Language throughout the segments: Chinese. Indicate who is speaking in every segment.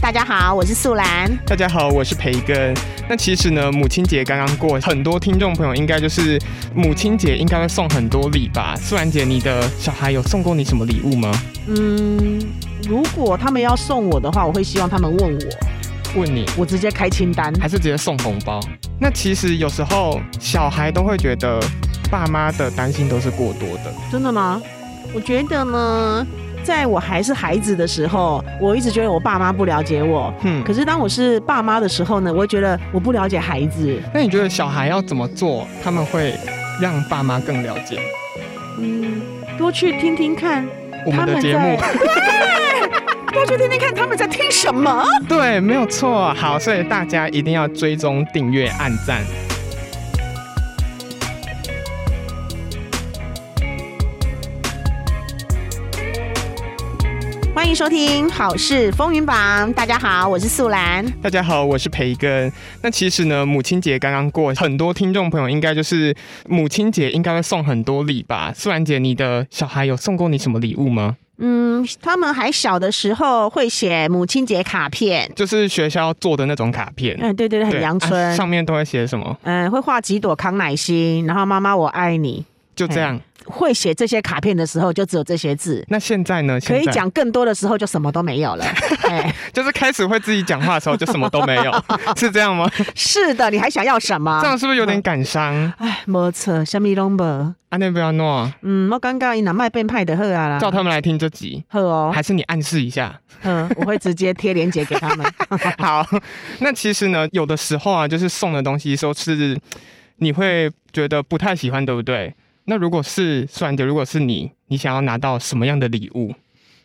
Speaker 1: 大家好，我是素兰。
Speaker 2: 大家好，我是培根。那其实呢，母亲节刚刚过，很多听众朋友应该就是母亲节应该会送很多礼吧？素兰姐，你的小孩有送过你什么礼物吗？
Speaker 3: 嗯，如果他们要送我的话，我会希望他们问我，
Speaker 2: 问你。
Speaker 3: 我直接开清单。
Speaker 2: 还是直接送红包。那其实有时候小孩都会觉得爸妈的担心都是过多的。
Speaker 3: 真的吗？我觉得呢，在我还是孩子的时候，我一直觉得我爸妈不了解我。
Speaker 2: 嗯，
Speaker 3: 可是当我是爸妈的时候呢，我会觉得我不了解孩子。
Speaker 2: 那你觉得小孩要怎么做，他们会让爸妈更了解
Speaker 3: 嗯，多去听听看
Speaker 2: 我们
Speaker 3: 他
Speaker 2: 的
Speaker 3: 们
Speaker 2: 节
Speaker 3: 在
Speaker 2: 目？，
Speaker 3: 多去听听看他们在听什么。
Speaker 2: 对，没有错。好，所以大家一定要追踪、订阅、按赞。
Speaker 1: 欢迎收听《好事风云榜》，大家好，我是素兰。
Speaker 2: 大家好，我是培根。那其实呢，母亲节刚刚过，很多听众朋友应该就是母亲节应该会送很多礼吧？素兰姐，你的小孩有送过你什么礼物吗？
Speaker 1: 嗯，他们还小的时候会写母亲节卡片，
Speaker 2: 就是学校做的那种卡片，
Speaker 3: 嗯，对对对，
Speaker 2: 对
Speaker 3: 很阳春。
Speaker 2: 啊上面都会写什么？
Speaker 3: 嗯，会画几朵康乃馨，然后妈妈我爱你。
Speaker 2: 就这样。
Speaker 3: 会写这些卡片的时候，就只有这些字。
Speaker 2: 那现在呢？
Speaker 3: 可以
Speaker 2: 现在
Speaker 3: 讲更多的时候，就什么都没 有了。哎，
Speaker 2: 就是开始会自己讲话的时候就什么都没 有，是这样吗？
Speaker 3: 是的，你还想要什
Speaker 2: 这样
Speaker 3: 么？
Speaker 2: 是不是有点感伤？啊
Speaker 3: 哎，没错，什么拢无。
Speaker 2: 安内不要弄，
Speaker 3: 嗯，我刚刚伊拿麦变派的好啊啦。
Speaker 2: 叫他们来听这集，
Speaker 3: 好哦，
Speaker 2: 还是你暗示一下？
Speaker 3: 嗯，我会直接贴链接给 他们。
Speaker 2: 好，那其实呢，有的时候啊，就是送的东西，说是你会觉得不太喜欢，对不对？那如果是虽然姐，如果是你，你想要拿到什么样的礼物？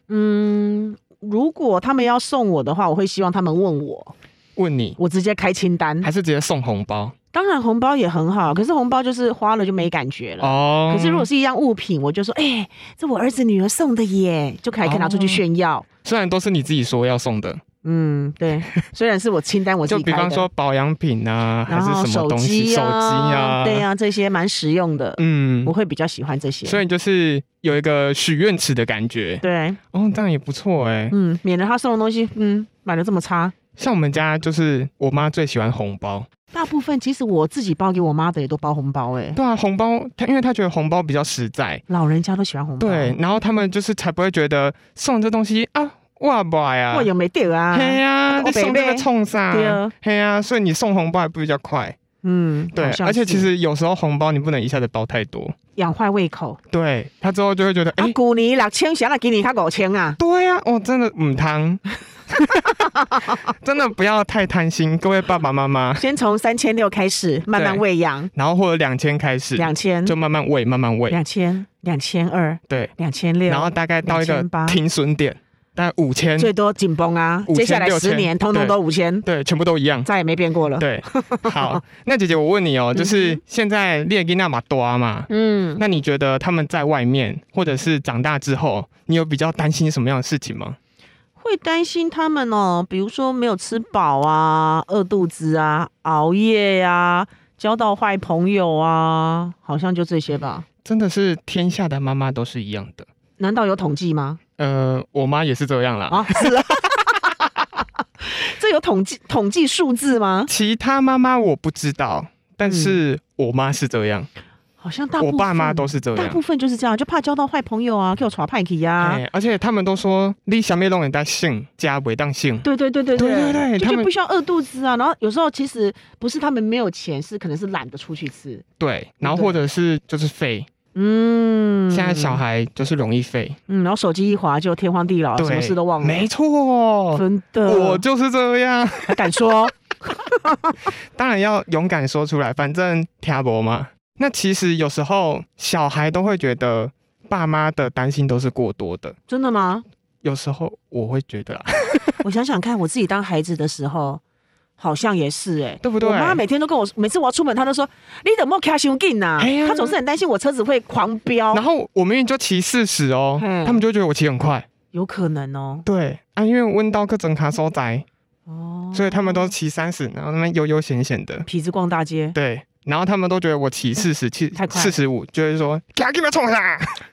Speaker 3: 嗯，如果他们要送我的话，我会希望他们问我，
Speaker 2: 问你，
Speaker 3: 我直接开清单
Speaker 2: 还。是直接送红包？
Speaker 3: 当然红包也很好，可是红包就是花了就没感觉了。
Speaker 2: 哦，
Speaker 3: 可是如果是一样物品，我就说，哎、这我儿子女儿送的耶，就可以可以拿出去炫耀。
Speaker 2: 虽然都是你自己说要送的，
Speaker 3: 嗯，对，虽然是我清单我自
Speaker 2: 就
Speaker 3: 己
Speaker 2: 比
Speaker 3: 开的，
Speaker 2: 方说保养品啊，还
Speaker 3: 然
Speaker 2: 是
Speaker 3: 后
Speaker 2: 什么
Speaker 3: 手
Speaker 2: 东西，
Speaker 3: 机
Speaker 2: 手机啊，
Speaker 3: 对啊，这些蛮实用的，
Speaker 2: 嗯
Speaker 3: 我，会比较喜欢这些。
Speaker 2: 所以就是有一个许愿池的感觉，
Speaker 3: 对，
Speaker 2: 哦，这样也不错哎、
Speaker 3: 嗯，免得他送的东西，嗯，买的这么差。
Speaker 2: 像我们家就是我妈最喜欢红包，
Speaker 3: 大部分其实我自己包给我妈的也都包红包、哎，
Speaker 2: 对啊，红包她因为她觉得红包比较实在，
Speaker 3: 老人家都喜欢红包。
Speaker 2: 对，，然后他们就是才不会觉得送这东西啊，哇吧呀
Speaker 3: 我，有没对啊？
Speaker 2: 嘿呀、
Speaker 3: 啊
Speaker 2: 你送这
Speaker 3: 我
Speaker 2: 个
Speaker 3: 白买
Speaker 2: 冲啥？
Speaker 3: 对啊
Speaker 2: 嘿呀、所以你送红包还不比较快？
Speaker 3: 嗯，
Speaker 2: 对
Speaker 3: 好，像
Speaker 2: 而且其
Speaker 3: 是
Speaker 2: 实有时候红包你不能一下子包太多，
Speaker 3: 养坏胃口。
Speaker 2: 对他之后就 会觉得，哎、
Speaker 3: 啊，古年六千，谁来给你他五千啊？
Speaker 2: 对呀、我真的母汤， 真的不要太贪心，各位爸爸妈妈。
Speaker 3: 先从三千六开始，慢慢
Speaker 2: 对
Speaker 3: 喂养，
Speaker 2: 然后或者两千开始，
Speaker 3: 两千、
Speaker 2: 就慢慢喂，慢慢喂，
Speaker 3: 两哦千、两千二、
Speaker 2: 对，
Speaker 3: 两千六，
Speaker 2: 然后大概到一个
Speaker 3: 2800
Speaker 2: 停损点，大概五千，
Speaker 3: 最多紧绷啊，
Speaker 2: 5000
Speaker 3: 接下来十年
Speaker 2: 6000
Speaker 3: 通通都五千，
Speaker 2: 对，全部都一样。
Speaker 3: 再也没变过了。
Speaker 2: 对， 好，那姐姐我问你
Speaker 3: 嗯
Speaker 2: 哦，就是现在列吉纳马多啊嘛，
Speaker 1: 嗯，
Speaker 2: 那你觉得他们在外面或者是长大之后，你有比较担心什么样的事情吗？
Speaker 3: 会担心他们哦，比如说没有吃饱啊，饿肚子啊，熬夜呀、交到坏朋友啊，好像就这些吧。
Speaker 2: 真的是天下的妈妈都是一样的，
Speaker 3: 难道有统计吗？
Speaker 2: 呃，我妈也是这样啦。
Speaker 3: 啊，是 啊，这有统计统计数字吗？
Speaker 2: 其他妈妈我不知道，但是我妈是这样，
Speaker 3: 好像嗯大部
Speaker 2: 我
Speaker 3: 分
Speaker 2: 爸妈都是这
Speaker 3: 大部
Speaker 2: 样。
Speaker 3: 分就是这样，就怕交到坏朋友啊，给我耍派去呀。
Speaker 2: 哎，而且他们都说你小妹弄人家性，加违当性。
Speaker 3: 对对对对
Speaker 2: 对对对
Speaker 3: 就
Speaker 2: 他
Speaker 3: 觉
Speaker 2: 们
Speaker 3: 得不需要饿肚子啊。然后有时候其实不是他们没有钱，是可能是懒得出去吃。
Speaker 2: 对，然后或者是就是废，
Speaker 3: 嗯，
Speaker 2: 现在小，孩就是容易废，
Speaker 3: 嗯，然后手机一滑就天荒地老，
Speaker 2: 对，
Speaker 3: 啊什么事都忘了，嗯
Speaker 2: 没错，
Speaker 3: 真的，
Speaker 2: 我就是这样。
Speaker 3: 还敢说，
Speaker 2: 当然要勇敢说出来，反正听博嘛。那其实有时候小孩都会觉得爸妈的担心都是过多的，
Speaker 3: 真的吗？
Speaker 2: 有时候我会觉得啦，
Speaker 3: 我想想看，我自己当孩子的时候。好像也是哎、欸，
Speaker 2: 对不对
Speaker 3: 我妈每天都跟我，每次我要出门，她都说：“你怎么开胸劲呐
Speaker 2: 哎？”呀
Speaker 3: 啊她总是很担心我车子会狂飙
Speaker 2: 然，后我明明就骑四十
Speaker 3: 哦
Speaker 2: 哦，
Speaker 3: 嗯
Speaker 2: 他们就觉得我骑很快。
Speaker 3: 有可能哦、
Speaker 2: 对啊，因为温刀克整卡收窄，
Speaker 3: 哦，
Speaker 2: 所以他们都骑三十，然后他们悠悠闲闲的。
Speaker 3: 痞子逛大街，
Speaker 2: 对，然后他们都觉得我骑四十、骑
Speaker 3: 太快
Speaker 2: 四十五，就会说：“给他给他冲上。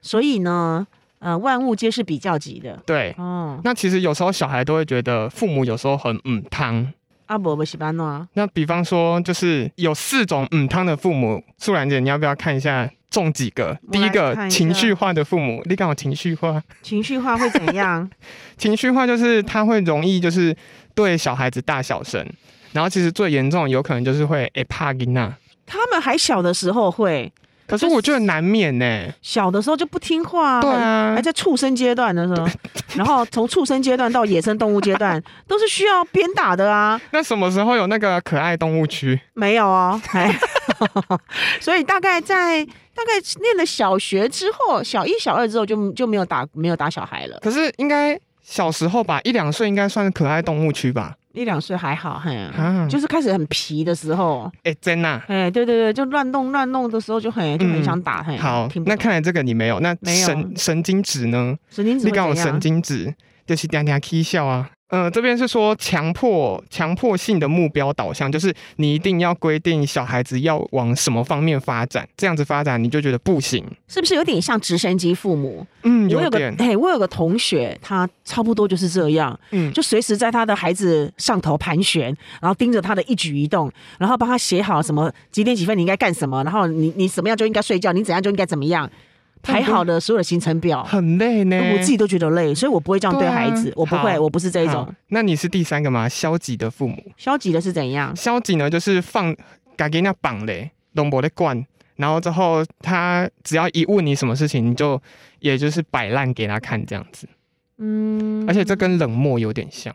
Speaker 3: 所以呢，呃，万物皆是比较级的。
Speaker 2: 对，
Speaker 3: 哦，
Speaker 2: 那其实有时候小孩都会觉得父母有时候很嗯汤。
Speaker 3: 阿伯伯喜欢弄啊，
Speaker 2: 那比方说，就是有四种嗯汤的父母，素兰姐，你要不要看一下中几个？
Speaker 3: 我
Speaker 2: 第一
Speaker 3: 来
Speaker 2: 个
Speaker 3: 看一下
Speaker 2: 情绪化的父母，你刚好情绪化，
Speaker 3: 情绪化会怎 样？
Speaker 2: 情绪化就是他会容易就是对小孩子大小声，然后其实最严重的有可能就是会诶怕囡娜。
Speaker 3: 他们还小的时候会，
Speaker 2: 可是我觉得难免呢、
Speaker 3: 小的时候就不听话、
Speaker 2: 对
Speaker 3: 还
Speaker 2: 啊
Speaker 3: 还，在畜生阶段的时候，然后从畜生阶段到野生动物阶 段，都是需要鞭打的啊，
Speaker 2: 那什么时候有那个可爱动物区？
Speaker 3: 没有哦，哎， 所以大概在大概念了小学之后，小一、小二之后就就没有打没有打小孩了，
Speaker 2: 可是应该小时候吧，一两岁应该算可爱动物区吧？
Speaker 3: 一两岁还好，嘿、
Speaker 2: 啊，
Speaker 3: 就是开始很皮的时候，
Speaker 2: 诶真啊呐、
Speaker 3: 哎，对对对，就乱弄乱弄的时候就很就很想打，嘿，
Speaker 2: 嗯好
Speaker 3: 嗯听，不
Speaker 2: 那
Speaker 3: 懂
Speaker 2: 看来这个你没有，那
Speaker 3: 没有
Speaker 2: 神神经质呢？
Speaker 3: 神经质
Speaker 2: 你
Speaker 3: 会
Speaker 2: 讲我
Speaker 3: 怎
Speaker 2: 神
Speaker 3: 样？
Speaker 2: 经质，就是嗲嗲 k 笑啊。呃，这边是说强迫强迫性的目标导向，就是你一定要规定小孩子要往什么方面发展，这样子发展你就觉得不行。
Speaker 3: 是不是有点像直升机父母？
Speaker 2: 嗯，
Speaker 3: 我
Speaker 2: 有
Speaker 3: 有个
Speaker 2: 点，
Speaker 3: 哎，我有个同学，他差不多就是这样，
Speaker 2: 嗯，
Speaker 3: 就随时在他的孩子上头盘旋，然后盯着他的一举一动，然后帮他写好什么几点几分你应该干什么，然后你你怎么样就应该睡觉，你怎样就应该怎么样，排好的所有的行程表，
Speaker 2: 很累呢。
Speaker 3: 我自己都觉得累，所以我不会这样对
Speaker 2: 对啊
Speaker 3: 孩子，我不会，
Speaker 2: 好
Speaker 3: 我不是这一种
Speaker 2: 好。那你是第三个吗？消极的父母，
Speaker 3: 消极的是怎样？
Speaker 2: 消极呢就是放嘎给那绑嘞，拢无的管，然后之后他只要一问你什么事情，你就也就是摆烂给他看这样子，
Speaker 3: 嗯，
Speaker 2: 而且这跟冷漠有点像，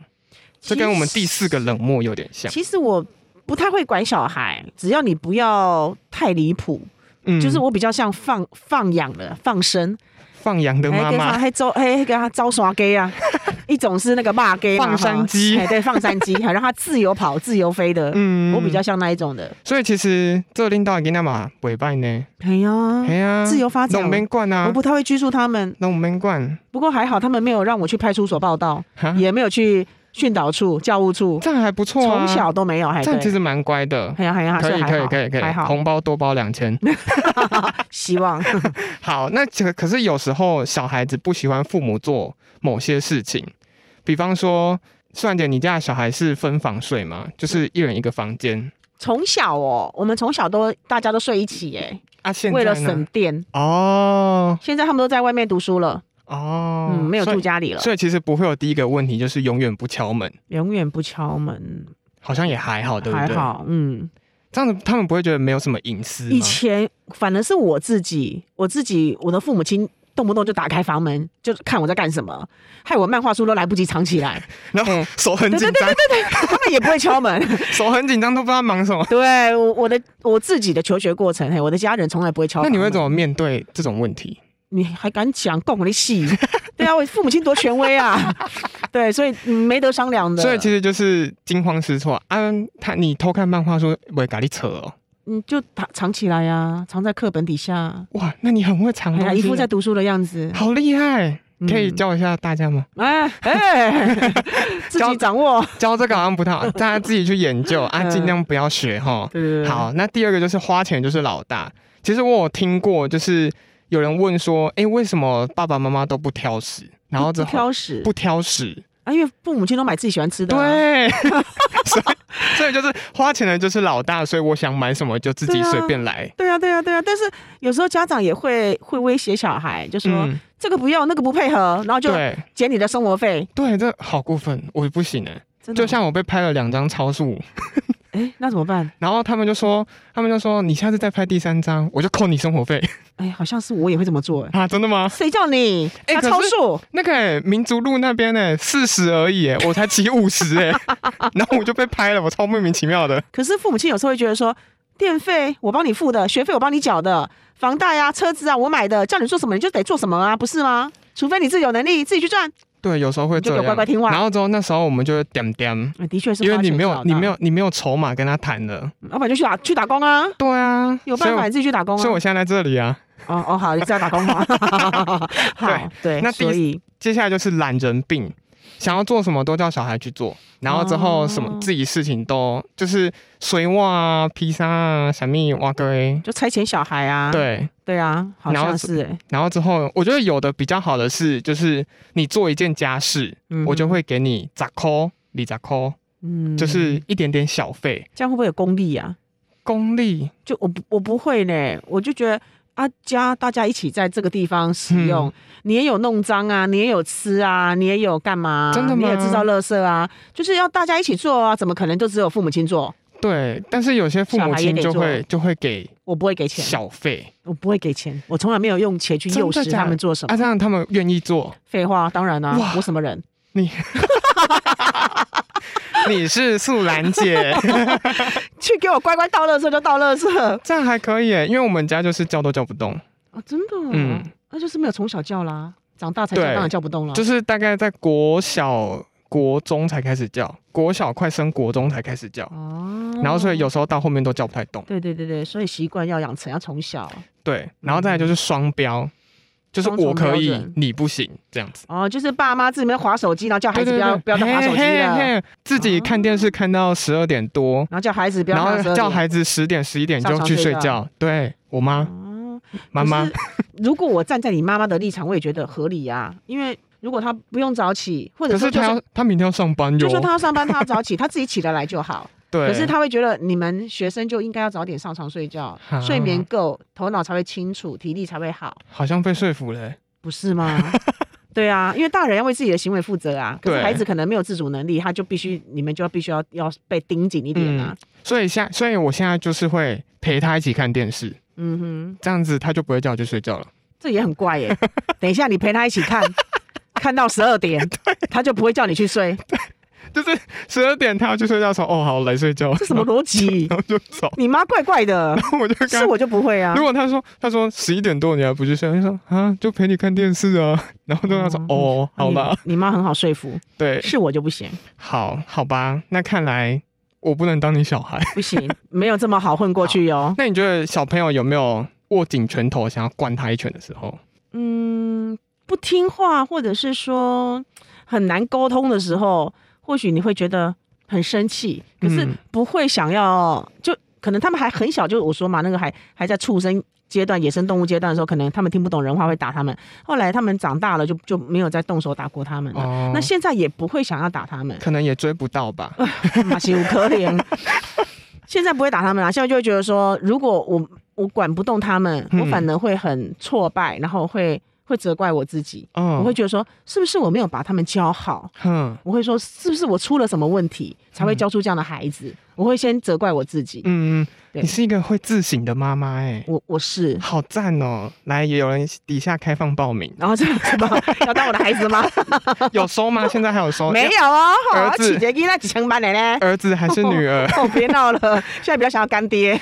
Speaker 2: 这跟我们第
Speaker 3: 其实
Speaker 2: 四个冷漠有点像。
Speaker 3: 其实我不太会管小孩，只要你不要太离谱，
Speaker 2: 嗯
Speaker 3: 就是我比较像放放养了放生，
Speaker 2: 放羊的
Speaker 3: 还
Speaker 2: 妈
Speaker 3: 给哎他
Speaker 2: 妈，
Speaker 3: 还招还给他招耍鸡 啊，一种是那个骂鸡嘛
Speaker 2: 放山
Speaker 3: 哈
Speaker 2: 鸡
Speaker 3: 哎对，放山鸡， 还让他自由跑、自由飞的，
Speaker 2: 嗯
Speaker 3: 我比较，像那一种的。
Speaker 2: 所以其实这领导给那嘛委办呢，
Speaker 3: 哎呀，
Speaker 2: 哎呀，
Speaker 3: 自由发展
Speaker 2: 那我们管
Speaker 3: 我
Speaker 2: 啊，
Speaker 3: 不太会拘束他们，
Speaker 2: 那我们管，
Speaker 3: 不过还好他们没有让我去派出所报道，
Speaker 2: 哈，
Speaker 3: 也没有去训导处、教务处，
Speaker 2: 这样还不错啊，
Speaker 3: 从小都没有，还
Speaker 2: 这样其
Speaker 3: 对。
Speaker 2: 实蛮乖的，
Speaker 3: 哎呀，哎呀，
Speaker 2: 可
Speaker 3: 所
Speaker 2: 以
Speaker 3: 还
Speaker 2: 可以
Speaker 3: 好
Speaker 2: 可以可
Speaker 3: 还
Speaker 2: 以，
Speaker 3: 好，
Speaker 2: 红包多包两千。
Speaker 3: 希望
Speaker 2: 好，那可可是有时候小孩子不喜欢父母做某些事情，比方说，虽然姐，你家的小孩是分房睡嘛，就是一人一个房间
Speaker 3: 从小哦，我们从小都大家都睡一起，哎，
Speaker 2: 啊，现在
Speaker 3: 为了
Speaker 2: 呢
Speaker 3: 省电，
Speaker 2: 哦
Speaker 3: 现在他们都在外面读书了，
Speaker 2: 哦，
Speaker 3: 嗯，没有
Speaker 2: 所以
Speaker 3: 住家里了，
Speaker 2: 所以其实不会有第一个问题，就是永远不敲门，
Speaker 3: 永远不敲门，
Speaker 2: 好像也还好，对不
Speaker 3: 还
Speaker 2: 对？
Speaker 3: 好，嗯。
Speaker 2: 这样子他们不会觉得没有什么隐私
Speaker 3: 以
Speaker 2: 吗？
Speaker 3: 前反而是我自己，我自己，我的父母亲动不动就打开房门，就看我在干什么，害我漫画书都来不及藏起 来，
Speaker 2: 然后手很紧张，
Speaker 3: 他们也不会敲门。
Speaker 2: 手很紧张，都不知道忙什么。
Speaker 3: 对我我的我自己的求学过程，嘿，我的家人从来不会敲
Speaker 2: 那
Speaker 3: 房门。
Speaker 2: 你会怎么面对这种问题？
Speaker 3: 你还敢讲共我的戏？对啊，我父母亲多权威 啊！对，所以、嗯没得商量的。
Speaker 2: 所以其实就是惊慌失措啊！他你偷看漫画书，我咖喱扯哦。
Speaker 3: 你就藏藏起来呀、藏在课本底下，
Speaker 2: 哇，那你很会藏
Speaker 3: 哎
Speaker 2: 东
Speaker 3: 呀，
Speaker 2: 西，啊
Speaker 3: 一副在读书的样子。
Speaker 2: 好厉害！
Speaker 3: 嗯
Speaker 2: 可以教一下大家 吗？
Speaker 3: 哎哎，自己掌握。
Speaker 2: 教这个好像不太好，大家自己去研究啊，
Speaker 3: 嗯
Speaker 2: 尽量不要学哈。
Speaker 3: 对对对，
Speaker 2: 好，那第二个就是花钱就是老大。其实我有听过，就是有人问说，哎、为什么爸爸妈妈都不挑食？然后之
Speaker 3: 不
Speaker 2: 后
Speaker 3: 挑食
Speaker 2: 不挑食，
Speaker 3: 啊，因为父母亲都买自己喜欢吃的、啊。
Speaker 2: 对， 所以所以就是花钱的就是老大，所以我想买什么就自己
Speaker 3: 对啊
Speaker 2: 随便来。
Speaker 3: 对啊，对啊，对啊，但是有时候家长也会会威胁小孩，就说、
Speaker 2: 嗯，
Speaker 3: 这个不要，那个不配合，然后就
Speaker 2: 对
Speaker 3: 减你的生活费。
Speaker 2: 对，这好过分，我不行哎、
Speaker 3: 真的
Speaker 2: 就像我被拍了两张超速，
Speaker 3: 哎，那怎么办？
Speaker 2: 然后他们就说，他们就说你下次再拍第三张，我就扣你生活费
Speaker 3: 哎，好像是我也会这么做哎。
Speaker 2: 啊！真的吗？
Speaker 3: 谁叫你？
Speaker 2: 哎
Speaker 3: 他
Speaker 2: 可是
Speaker 3: 超速，
Speaker 2: 那个、欸、民族路那边呢、四十而已、欸， 我才骑五十哎，然后我就被拍了，我超莫名其妙的。
Speaker 3: 可是父母亲有时候会觉得说，电费我帮你付的，学费我帮你缴的，房贷啊、车子啊我买的，叫你做什么你就得做什么啊，不是吗？除非你自己有能力自己去赚。
Speaker 2: 对，有时候会
Speaker 3: 你就
Speaker 2: 这
Speaker 3: 给我
Speaker 2: 样。
Speaker 3: 乖乖听话
Speaker 2: 然后之后那时候我们就会点点，
Speaker 3: 呃的确是
Speaker 2: 因
Speaker 3: 花
Speaker 2: 为
Speaker 3: 钱
Speaker 2: 你
Speaker 3: 是
Speaker 2: 没
Speaker 3: 老大，
Speaker 2: 有你没有你没有筹码跟他谈了。
Speaker 3: 老板就去打去打工啊，
Speaker 2: 对啊，
Speaker 3: 有办法你自己去打工
Speaker 2: 所以我。所以我
Speaker 3: 啊。
Speaker 2: 现在在这里啊。
Speaker 3: 哦 哦，好，你知道打工吗？好，对，
Speaker 2: 那第
Speaker 3: 所以
Speaker 2: 接下来就是懒人病。想要做什么都叫小孩去做，然后之
Speaker 3: 哦
Speaker 2: 后什么自己事情都就是水袜啊、披萨啊、闪蜜哇龟，
Speaker 3: 就差遣小孩啊，
Speaker 2: 对。
Speaker 3: 对啊，好
Speaker 2: 然后
Speaker 3: 像是哎、
Speaker 2: 然后之后，我觉得有的比较好的是，就是你做一件家事，
Speaker 3: 嗯
Speaker 2: 我就会给你咋扣，你咋扣，
Speaker 3: 嗯，
Speaker 2: 就是一点点小费。
Speaker 3: 这样会不会有功利啊？
Speaker 2: 功利，
Speaker 3: 就我不我不会呢，我就觉得啊家大家一起在这个地方
Speaker 2: 嗯
Speaker 3: 使用，你也有弄脏啊，你也有吃啊，你也有干嘛、
Speaker 2: 真的吗
Speaker 3: 你也有制造垃圾啊，就是要大家一起做啊，怎么可能就只有父母亲做？
Speaker 2: 对，但是有些父母亲就
Speaker 3: 小孩也
Speaker 2: 会
Speaker 3: 得
Speaker 2: 就会给
Speaker 3: 我不会给钱，
Speaker 2: 小费，
Speaker 3: 我不会给钱，我从来没有用钱去诱
Speaker 2: 真
Speaker 3: 使
Speaker 2: 的假的
Speaker 3: 他们做什么。
Speaker 2: 啊，这样他们愿意做。
Speaker 3: 废话，当然啊
Speaker 2: 哇，
Speaker 3: 我什么人？
Speaker 2: 你，你是素兰 姐，
Speaker 3: 去给我乖乖倒垃圾就倒垃 圾啊，
Speaker 2: 这样还可以耶，因为我们家就是叫都叫不动，
Speaker 3: 真的、
Speaker 2: 嗯
Speaker 3: 嗯，那就是没有从小叫啦，长大才叫，
Speaker 2: 对
Speaker 3: 当然叫不动了。
Speaker 2: 就是大概在国小、国中才开始叫，国小快升国中才开始叫。
Speaker 3: 哦，
Speaker 2: 然后所以有时候到后面都叫不太动。
Speaker 3: 对对对对，所以习惯要养成，要从小。
Speaker 2: 对，然后再来就是双标，就
Speaker 3: 嗯
Speaker 2: 是
Speaker 3: 双重
Speaker 2: 我可
Speaker 3: 标
Speaker 2: 以
Speaker 3: 准，
Speaker 2: 你不行这样子。
Speaker 3: 哦，就是爸妈自己在那边划手机，然后叫孩子
Speaker 2: 对
Speaker 3: 不要不要再划手机了，，
Speaker 2: 嘿嘿嘿自己看电视看到十二点多，
Speaker 3: 然后叫孩子不要
Speaker 2: 然
Speaker 3: 看到
Speaker 2: 后
Speaker 3: 12
Speaker 2: 叫
Speaker 3: 点。
Speaker 2: 孩子十点十一点
Speaker 3: 上
Speaker 2: 就
Speaker 3: 床
Speaker 2: 去睡
Speaker 3: 睡
Speaker 2: 觉。对我妈
Speaker 3: 哦，
Speaker 2: 妈
Speaker 3: 可，
Speaker 2: 妈
Speaker 3: 是如果我站在你妈妈的立场，我也觉得合理啊，因为如果她不用早起，或者
Speaker 2: 可
Speaker 3: 说
Speaker 2: 是
Speaker 3: 就
Speaker 2: 她
Speaker 3: 是
Speaker 2: 要她明天要上班
Speaker 3: 就
Speaker 2: 哟
Speaker 3: 说。她要上班，她要早起，她自己起得来就好。
Speaker 2: 对，
Speaker 3: 可是她会觉得你们学生就应该要早点上床睡觉
Speaker 2: 啊，
Speaker 3: 睡眠够，头脑才会清楚，体力才会好，
Speaker 2: 好像被说服了欸。
Speaker 3: 不是吗？ 对啊，因为大人要为自己的行为负责啊，可是
Speaker 2: 对
Speaker 3: 孩子可能没有自主能力，他就必须你们就要必须要要被盯紧一点啊。
Speaker 2: 所以现所以我现在就是会陪她一起看电视，
Speaker 3: 嗯哼。
Speaker 2: 这样子她就不会叫我去睡觉了。
Speaker 3: 这也很怪耶、 等一下你陪他一起 看，看到十二点，他就不会叫你去睡，
Speaker 2: 就是十二点她要去睡觉的时候，哦好来睡觉，
Speaker 3: 这什么逻辑？
Speaker 2: 然后就走，
Speaker 3: 你妈怪怪的，
Speaker 2: 我就跟她
Speaker 3: 是我就不会啊
Speaker 2: 如。果他说他说十一点多你还不去睡，我就说啊就陪你看电视啊， 然后就他说哦
Speaker 3: 嗯
Speaker 2: 好吧，
Speaker 3: 你，你妈很好说服，
Speaker 2: 对，
Speaker 3: 是我就不行，
Speaker 2: 好好吧，那看来我不能当你小孩。
Speaker 3: 不行，没有这么好混过去哦哟、
Speaker 2: 那你觉得小朋友有没有握紧拳头想要灌他一拳的时候？
Speaker 3: 嗯，不听话或者是说很难沟通的时候，或许你会觉得很生气，可是
Speaker 2: 嗯
Speaker 3: 不会想要就可能他们还很小，就我说嘛，那个还还在畜生阶段、野生动物阶段的时候，可能他们听不懂人话会打他们。后来他们长大了就，就没有再动手打过他们了。
Speaker 2: 哦，
Speaker 3: 那现在也不会想要打他们，
Speaker 2: 可能也追不到吧。
Speaker 3: 马西五可怜。现在不会打他们了，现在就会觉得说，如果我我管不动他们，我
Speaker 2: 嗯
Speaker 3: 反而会很挫败，然后会会责怪我自己。
Speaker 2: 嗯，
Speaker 3: 我会觉得说，是不是我没有把他们教好？
Speaker 2: 哼，
Speaker 3: 我会说，是不是我出了什么问题才会教出这样的孩子？我会先责怪我自己。
Speaker 2: 嗯，
Speaker 3: 对嗯
Speaker 2: 你是一个会自省的妈妈哎、
Speaker 3: 我我是，，
Speaker 2: 好赞哦！来，有人底下开放报 名
Speaker 3: 然后这样子 吗？要当我的孩子吗？
Speaker 2: 有收吗？现在还有收？
Speaker 3: 没有哦，
Speaker 2: 儿
Speaker 3: 我
Speaker 2: 子
Speaker 3: 起杰给那几千班的呢。
Speaker 2: 儿子还是女儿？
Speaker 3: 哦，别闹了，现在比较想要干爹。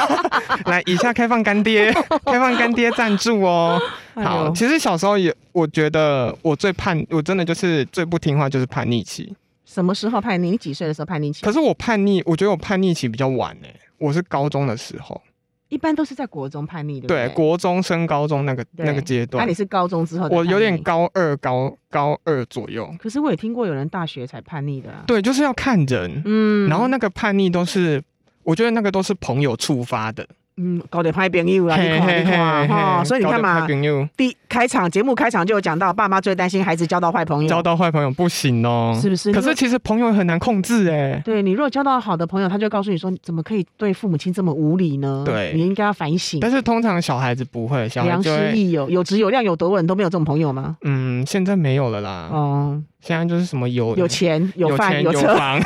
Speaker 2: 来，以下开放干 爹，开放干爹赞助哦。
Speaker 3: 哎
Speaker 2: 好，
Speaker 3: 呦
Speaker 2: 其实小时候也，我觉得我最叛，我真的就是最不听话，就是叛逆期。
Speaker 3: 什么时候叛逆？你几岁的时候叛逆期
Speaker 2: 可？是我叛逆，我觉得我叛逆期比较晚诶、我是高中的时候，
Speaker 3: 一般都是在国中叛逆，对不
Speaker 2: 对，
Speaker 3: 对？
Speaker 2: 国中升高中那个
Speaker 3: 对
Speaker 2: 那个阶
Speaker 3: 那
Speaker 2: 段
Speaker 3: 你，是高中之后？
Speaker 2: 我有点。高二高高二左右，
Speaker 3: 可是我也听过有人大学才叛逆的啊。
Speaker 2: 对，就是要看人，
Speaker 3: 嗯
Speaker 2: 然后那个叛逆都是。我觉得那个都是朋友触发的，
Speaker 3: 嗯，搞点拍朋友啊，你看你看哈，哦所以你看
Speaker 2: 交到
Speaker 3: 嘛
Speaker 2: 坏，朋友
Speaker 3: 第开场节目开场就有讲到，爸妈最担心孩子交到坏朋友，
Speaker 2: 交到坏朋友不行哦，
Speaker 3: 嗯是不是？
Speaker 2: 可
Speaker 3: 你
Speaker 2: 是
Speaker 3: 若
Speaker 2: 其实朋友很难控制哎、
Speaker 3: 对你如果交到好的朋友，他就告诉你说，你怎么可以对父母亲这么无理呢？
Speaker 2: 对
Speaker 3: 你应该要反省，
Speaker 2: 但是通常小孩子不会，小孩
Speaker 3: 良
Speaker 2: 就
Speaker 3: 师
Speaker 2: 会
Speaker 3: 益友，有质有量有德稳，都没有这种朋友吗？
Speaker 2: 嗯，现在没有了啦，
Speaker 3: 哦，
Speaker 2: 现在就是什么有
Speaker 3: 有钱有饭
Speaker 2: 钱嗯有
Speaker 3: 车，
Speaker 2: 房，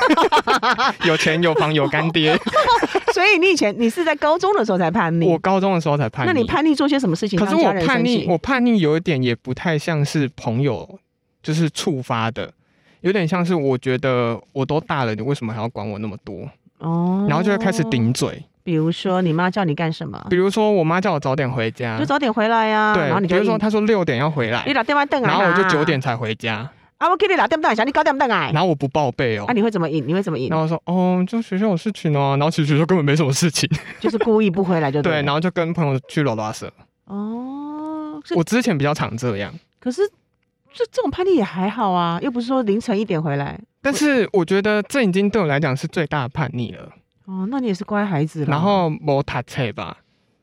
Speaker 2: 有钱有房有干爹。
Speaker 3: 所以你以前你是在高中的时候才叛逆，
Speaker 2: 我高中的时候才叛逆，
Speaker 3: 那你叛逆做些什么事情？
Speaker 2: 可是
Speaker 3: 让家
Speaker 2: 我
Speaker 3: 人
Speaker 2: 叛
Speaker 3: 生
Speaker 2: 逆
Speaker 3: 气，
Speaker 2: 我叛逆有一点也不太像是朋友，就是触发的。有点像是我觉得我都大了，你为什么还要管我那么多？
Speaker 3: 哦，
Speaker 2: 然后就会开始。顶嘴。
Speaker 3: 比如说你妈叫你干什么，
Speaker 2: 比如说我妈叫我早点回家
Speaker 3: 就，早点回来呀、
Speaker 2: 啊对
Speaker 3: 然后，你
Speaker 2: 比
Speaker 3: 就
Speaker 2: 如说
Speaker 3: 硬
Speaker 2: 她说六点要回来
Speaker 3: 你，打电话瞪啊，
Speaker 2: 然后我就九点才回家，
Speaker 3: 啊，我给你打电话想你九点瞪啊。
Speaker 2: 然后我不报备哦
Speaker 3: 啊，，你会怎么赢？你会怎么赢
Speaker 2: 然？后我说哦，就学校有事情哦，然后其实学校根本没什么事情，
Speaker 3: 就是故意不回来就
Speaker 2: 对，
Speaker 3: 了
Speaker 2: 然后就跟朋友去罗拉社。
Speaker 3: 哦，是
Speaker 2: 我之前比较常这样，
Speaker 3: 可是这这种叛逆也还好啊，又不是说凌晨一点回来。
Speaker 2: 但是我觉得这已经对我来讲是最大的叛逆了。
Speaker 3: 哦，那你也是乖孩子了。
Speaker 2: 然后没读册吧，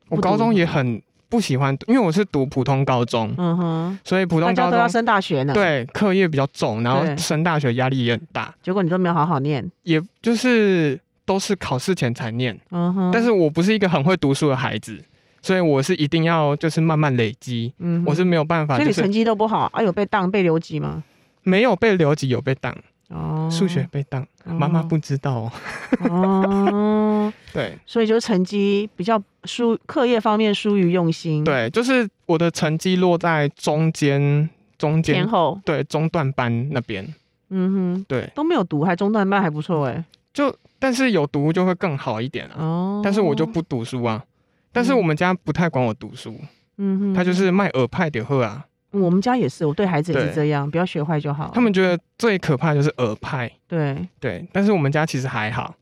Speaker 2: 我
Speaker 3: 不读
Speaker 2: 高中也很不喜欢读，因为我是读普通高中，
Speaker 3: 嗯哼，
Speaker 2: 所以普
Speaker 3: 大
Speaker 2: 通
Speaker 3: 家
Speaker 2: 高
Speaker 3: 都要
Speaker 2: 中
Speaker 3: 升大学呢，，
Speaker 2: 对课业比较重，然后
Speaker 3: 对
Speaker 2: 升大学压力也很大，
Speaker 3: 结果你都没有好好念，
Speaker 2: 也就是都是考试前才念。
Speaker 3: 嗯哼，
Speaker 2: 但是我不是一个很会读书的孩子，所以我是一定要就是慢慢累积，
Speaker 3: 嗯哼
Speaker 2: 我是没有办法，
Speaker 3: 所以
Speaker 2: 就
Speaker 3: 你
Speaker 2: 是
Speaker 3: 成绩都不好，啊，有被当被留级吗？
Speaker 2: 没有被留级，有被当，
Speaker 3: 哦，
Speaker 2: 数学被当，妈妈不知道 哦。
Speaker 3: 哦，
Speaker 2: 对
Speaker 3: 所以就成绩比较疏，课业方面疏于用心，，
Speaker 2: 对，就是我的成绩落在中间，中
Speaker 3: 前
Speaker 2: 间
Speaker 3: 后，
Speaker 2: 对中段班那边，
Speaker 3: 嗯哼，
Speaker 2: 对，
Speaker 3: 都没有读，还中段班还不错哎，
Speaker 2: 就但是有读就会更好一点啊。
Speaker 3: 哦，
Speaker 2: 但是我就，不读书啊，但是我们家不太管我读书，
Speaker 3: 嗯哼，
Speaker 2: 他就是卖耳派的喝啊，
Speaker 3: 我们家也是，我对孩子也是
Speaker 2: 对
Speaker 3: 这样，不要学坏就好。
Speaker 2: 他们觉得最可怕就是耳派。
Speaker 3: 对，
Speaker 2: 对，但是我们家其实还好。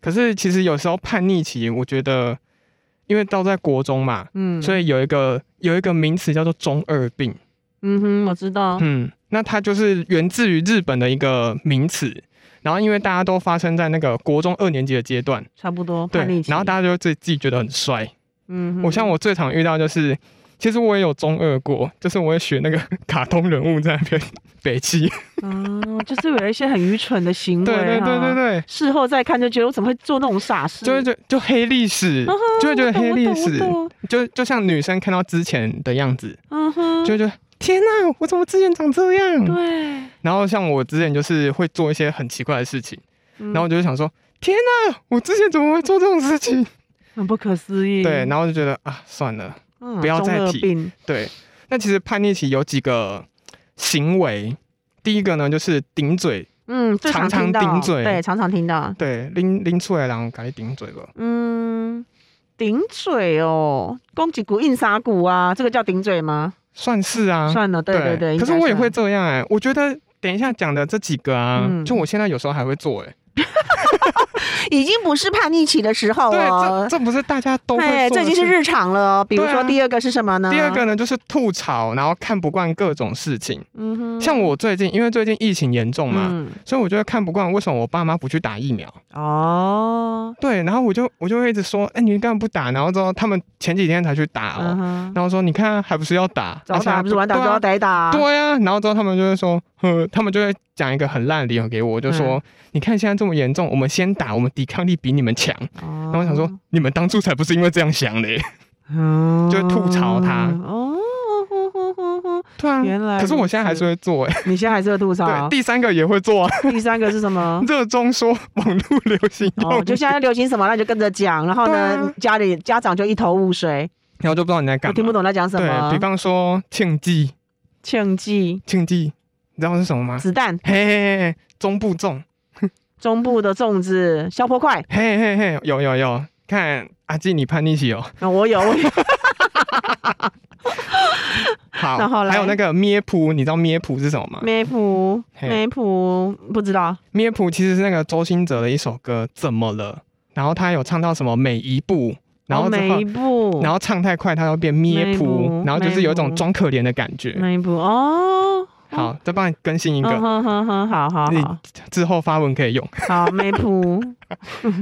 Speaker 2: 可是其实有时候叛逆期，我觉得，因为都在国中嘛，
Speaker 3: 嗯，
Speaker 2: 所
Speaker 3: 以，
Speaker 2: 以有一个有一个名词叫做中二病。
Speaker 3: 嗯哼，我知道，
Speaker 2: 嗯，那它就是源自于日本的一个名词。然后因为大家都发生在那个国中二年级的阶段，
Speaker 3: 差不多
Speaker 2: 对
Speaker 3: 叛逆，期，
Speaker 2: 然后大家就会自己自己觉得很帅。
Speaker 3: 嗯哼，
Speaker 2: 我像我最常遇到就是。其实我也有中二过，就是我会学那个 卡通人物在那边北七，
Speaker 3: 嗯，就是有一些很愚蠢的行为，
Speaker 2: 对对对对
Speaker 3: 哈，
Speaker 2: 对，
Speaker 3: 事后再看就觉得我怎么会做那种傻事，
Speaker 2: 就会觉得就黑历史，
Speaker 3: 嗯哼
Speaker 2: 就会觉得
Speaker 3: 我懂
Speaker 2: 黑
Speaker 3: 我
Speaker 2: 历
Speaker 3: 懂我
Speaker 2: 史，
Speaker 3: 懂
Speaker 2: 就就像女生看到之前的样子，
Speaker 3: 嗯哼，
Speaker 2: 就会觉得天哪、我怎么之前长这样？
Speaker 3: 对，
Speaker 2: 然后像我之前就是会做一些很奇怪的事情，
Speaker 3: 嗯
Speaker 2: 然后我就会想说，天哪、我之前怎么会做这种事情？
Speaker 3: 嗯很不可思议，
Speaker 2: 对，然后就觉得啊，算了，
Speaker 3: 嗯
Speaker 2: 不要再
Speaker 3: 中二
Speaker 2: 提
Speaker 3: 病
Speaker 2: 对。那其实叛逆期有几个行为，第一个呢就是顶嘴，
Speaker 3: 嗯，最
Speaker 2: 常常
Speaker 3: 听到
Speaker 2: 顶嘴
Speaker 3: 对，常常听到，
Speaker 2: 对，拎拎出来然后赶紧顶嘴吧。
Speaker 3: 嗯，顶嘴哦，攻击骨、硬杀骨啊，这个叫顶嘴吗？
Speaker 2: 算是啊，
Speaker 3: 算了，对对对，
Speaker 2: 可是
Speaker 3: 应该
Speaker 2: 我也会
Speaker 3: 算，
Speaker 2: 这样哎、我觉得等一下讲的这几个啊，
Speaker 3: 嗯
Speaker 2: 就我现在有时候还会做哎、
Speaker 1: 已经不是叛逆期的时候
Speaker 2: 对，
Speaker 1: 哦。
Speaker 2: 这这不是大家都会
Speaker 1: 哎，
Speaker 2: 做
Speaker 1: 这
Speaker 2: 的
Speaker 1: 已经是
Speaker 2: 事。
Speaker 1: 日常了哦。比如
Speaker 2: 对啊
Speaker 1: 说第二个是什么呢？
Speaker 2: 第二个，呢，就是吐槽，然后看不惯各种事情。
Speaker 3: 嗯哼，
Speaker 2: 像我最近，因为最近疫情严重嘛，
Speaker 3: 嗯，
Speaker 2: 所以我就会看不惯为什么我爸妈不去打疫苗。
Speaker 3: 哦，
Speaker 2: 对，然后我就我就会一直说，哎、你干嘛不打？然后之后他们前几天才去打哦，
Speaker 3: 嗯哼，
Speaker 2: 然后说你看啊还不是要打，
Speaker 3: 早
Speaker 2: 而且
Speaker 3: 打不是晚打都要
Speaker 2: 对啊
Speaker 3: 得打，
Speaker 2: 对啊，然后之后他们就会说，呵，他们就会讲一个很烂的理由给我，就
Speaker 3: 嗯
Speaker 2: 说、你看现在这么严重，我们先打，我们抵抗力比你们强。
Speaker 3: 哦，然
Speaker 2: 然后我想说，你们当初才不是因为这样 想的耶。欸
Speaker 3: 嗯，
Speaker 2: 就吐槽他
Speaker 3: 哦。呼呼呼呼
Speaker 2: 对啊，
Speaker 3: 原来
Speaker 2: 可是我
Speaker 3: 如
Speaker 2: 现在还
Speaker 3: 此
Speaker 2: 是会做哎、
Speaker 3: 你现在还是会吐
Speaker 2: 对，
Speaker 3: 槽。
Speaker 2: 第三个也会做啊，？
Speaker 3: 第三个是什么
Speaker 2: 热衷说网络流 行用
Speaker 3: 哦，
Speaker 2: 语，
Speaker 3: 就现在流行什么，那你就跟着讲。然后
Speaker 2: 对啊
Speaker 3: 呢，家里家长就一头雾水，
Speaker 2: 然后就不知道你在干
Speaker 3: 我
Speaker 2: 嘛，
Speaker 3: 听不懂他讲什
Speaker 2: 对比
Speaker 3: 么。
Speaker 2: 方说庆忌，
Speaker 3: 庆忌、
Speaker 2: 庆忌，你知道是什么吗？
Speaker 3: 子弹、
Speaker 2: 嘿嘿嘿，中部粽，
Speaker 3: 中部的粽子、消波块。
Speaker 2: 嘿嘿嘿，有有有，看阿纪你叛逆期哦，
Speaker 3: 啊，我有，我 有。
Speaker 2: 好，
Speaker 3: 然后嘞
Speaker 2: 还有那个咩噗，你知道咩噗是什么吗？
Speaker 3: 梅普，
Speaker 2: 嘿
Speaker 3: 梅普，不知道。
Speaker 2: 咩噗其实是那个周兴哲的一首歌，怎么了？然后他有唱到什么每一步，然后
Speaker 3: 哦
Speaker 2: 之
Speaker 3: 每
Speaker 2: 后
Speaker 3: 一步，
Speaker 2: 然后唱太快，它会变咩
Speaker 3: 咩
Speaker 2: 噗，
Speaker 3: 噗
Speaker 2: 然后就是有
Speaker 3: 咩
Speaker 2: 一种
Speaker 3: 噗
Speaker 2: 装可怜的感觉。
Speaker 3: 每一步哦。
Speaker 2: 好，再帮你更新一
Speaker 3: 嗯
Speaker 2: 个，
Speaker 3: 哼哼哼，好好
Speaker 2: 你
Speaker 3: 好
Speaker 2: 之后发文可以用。
Speaker 3: 好，梅 普，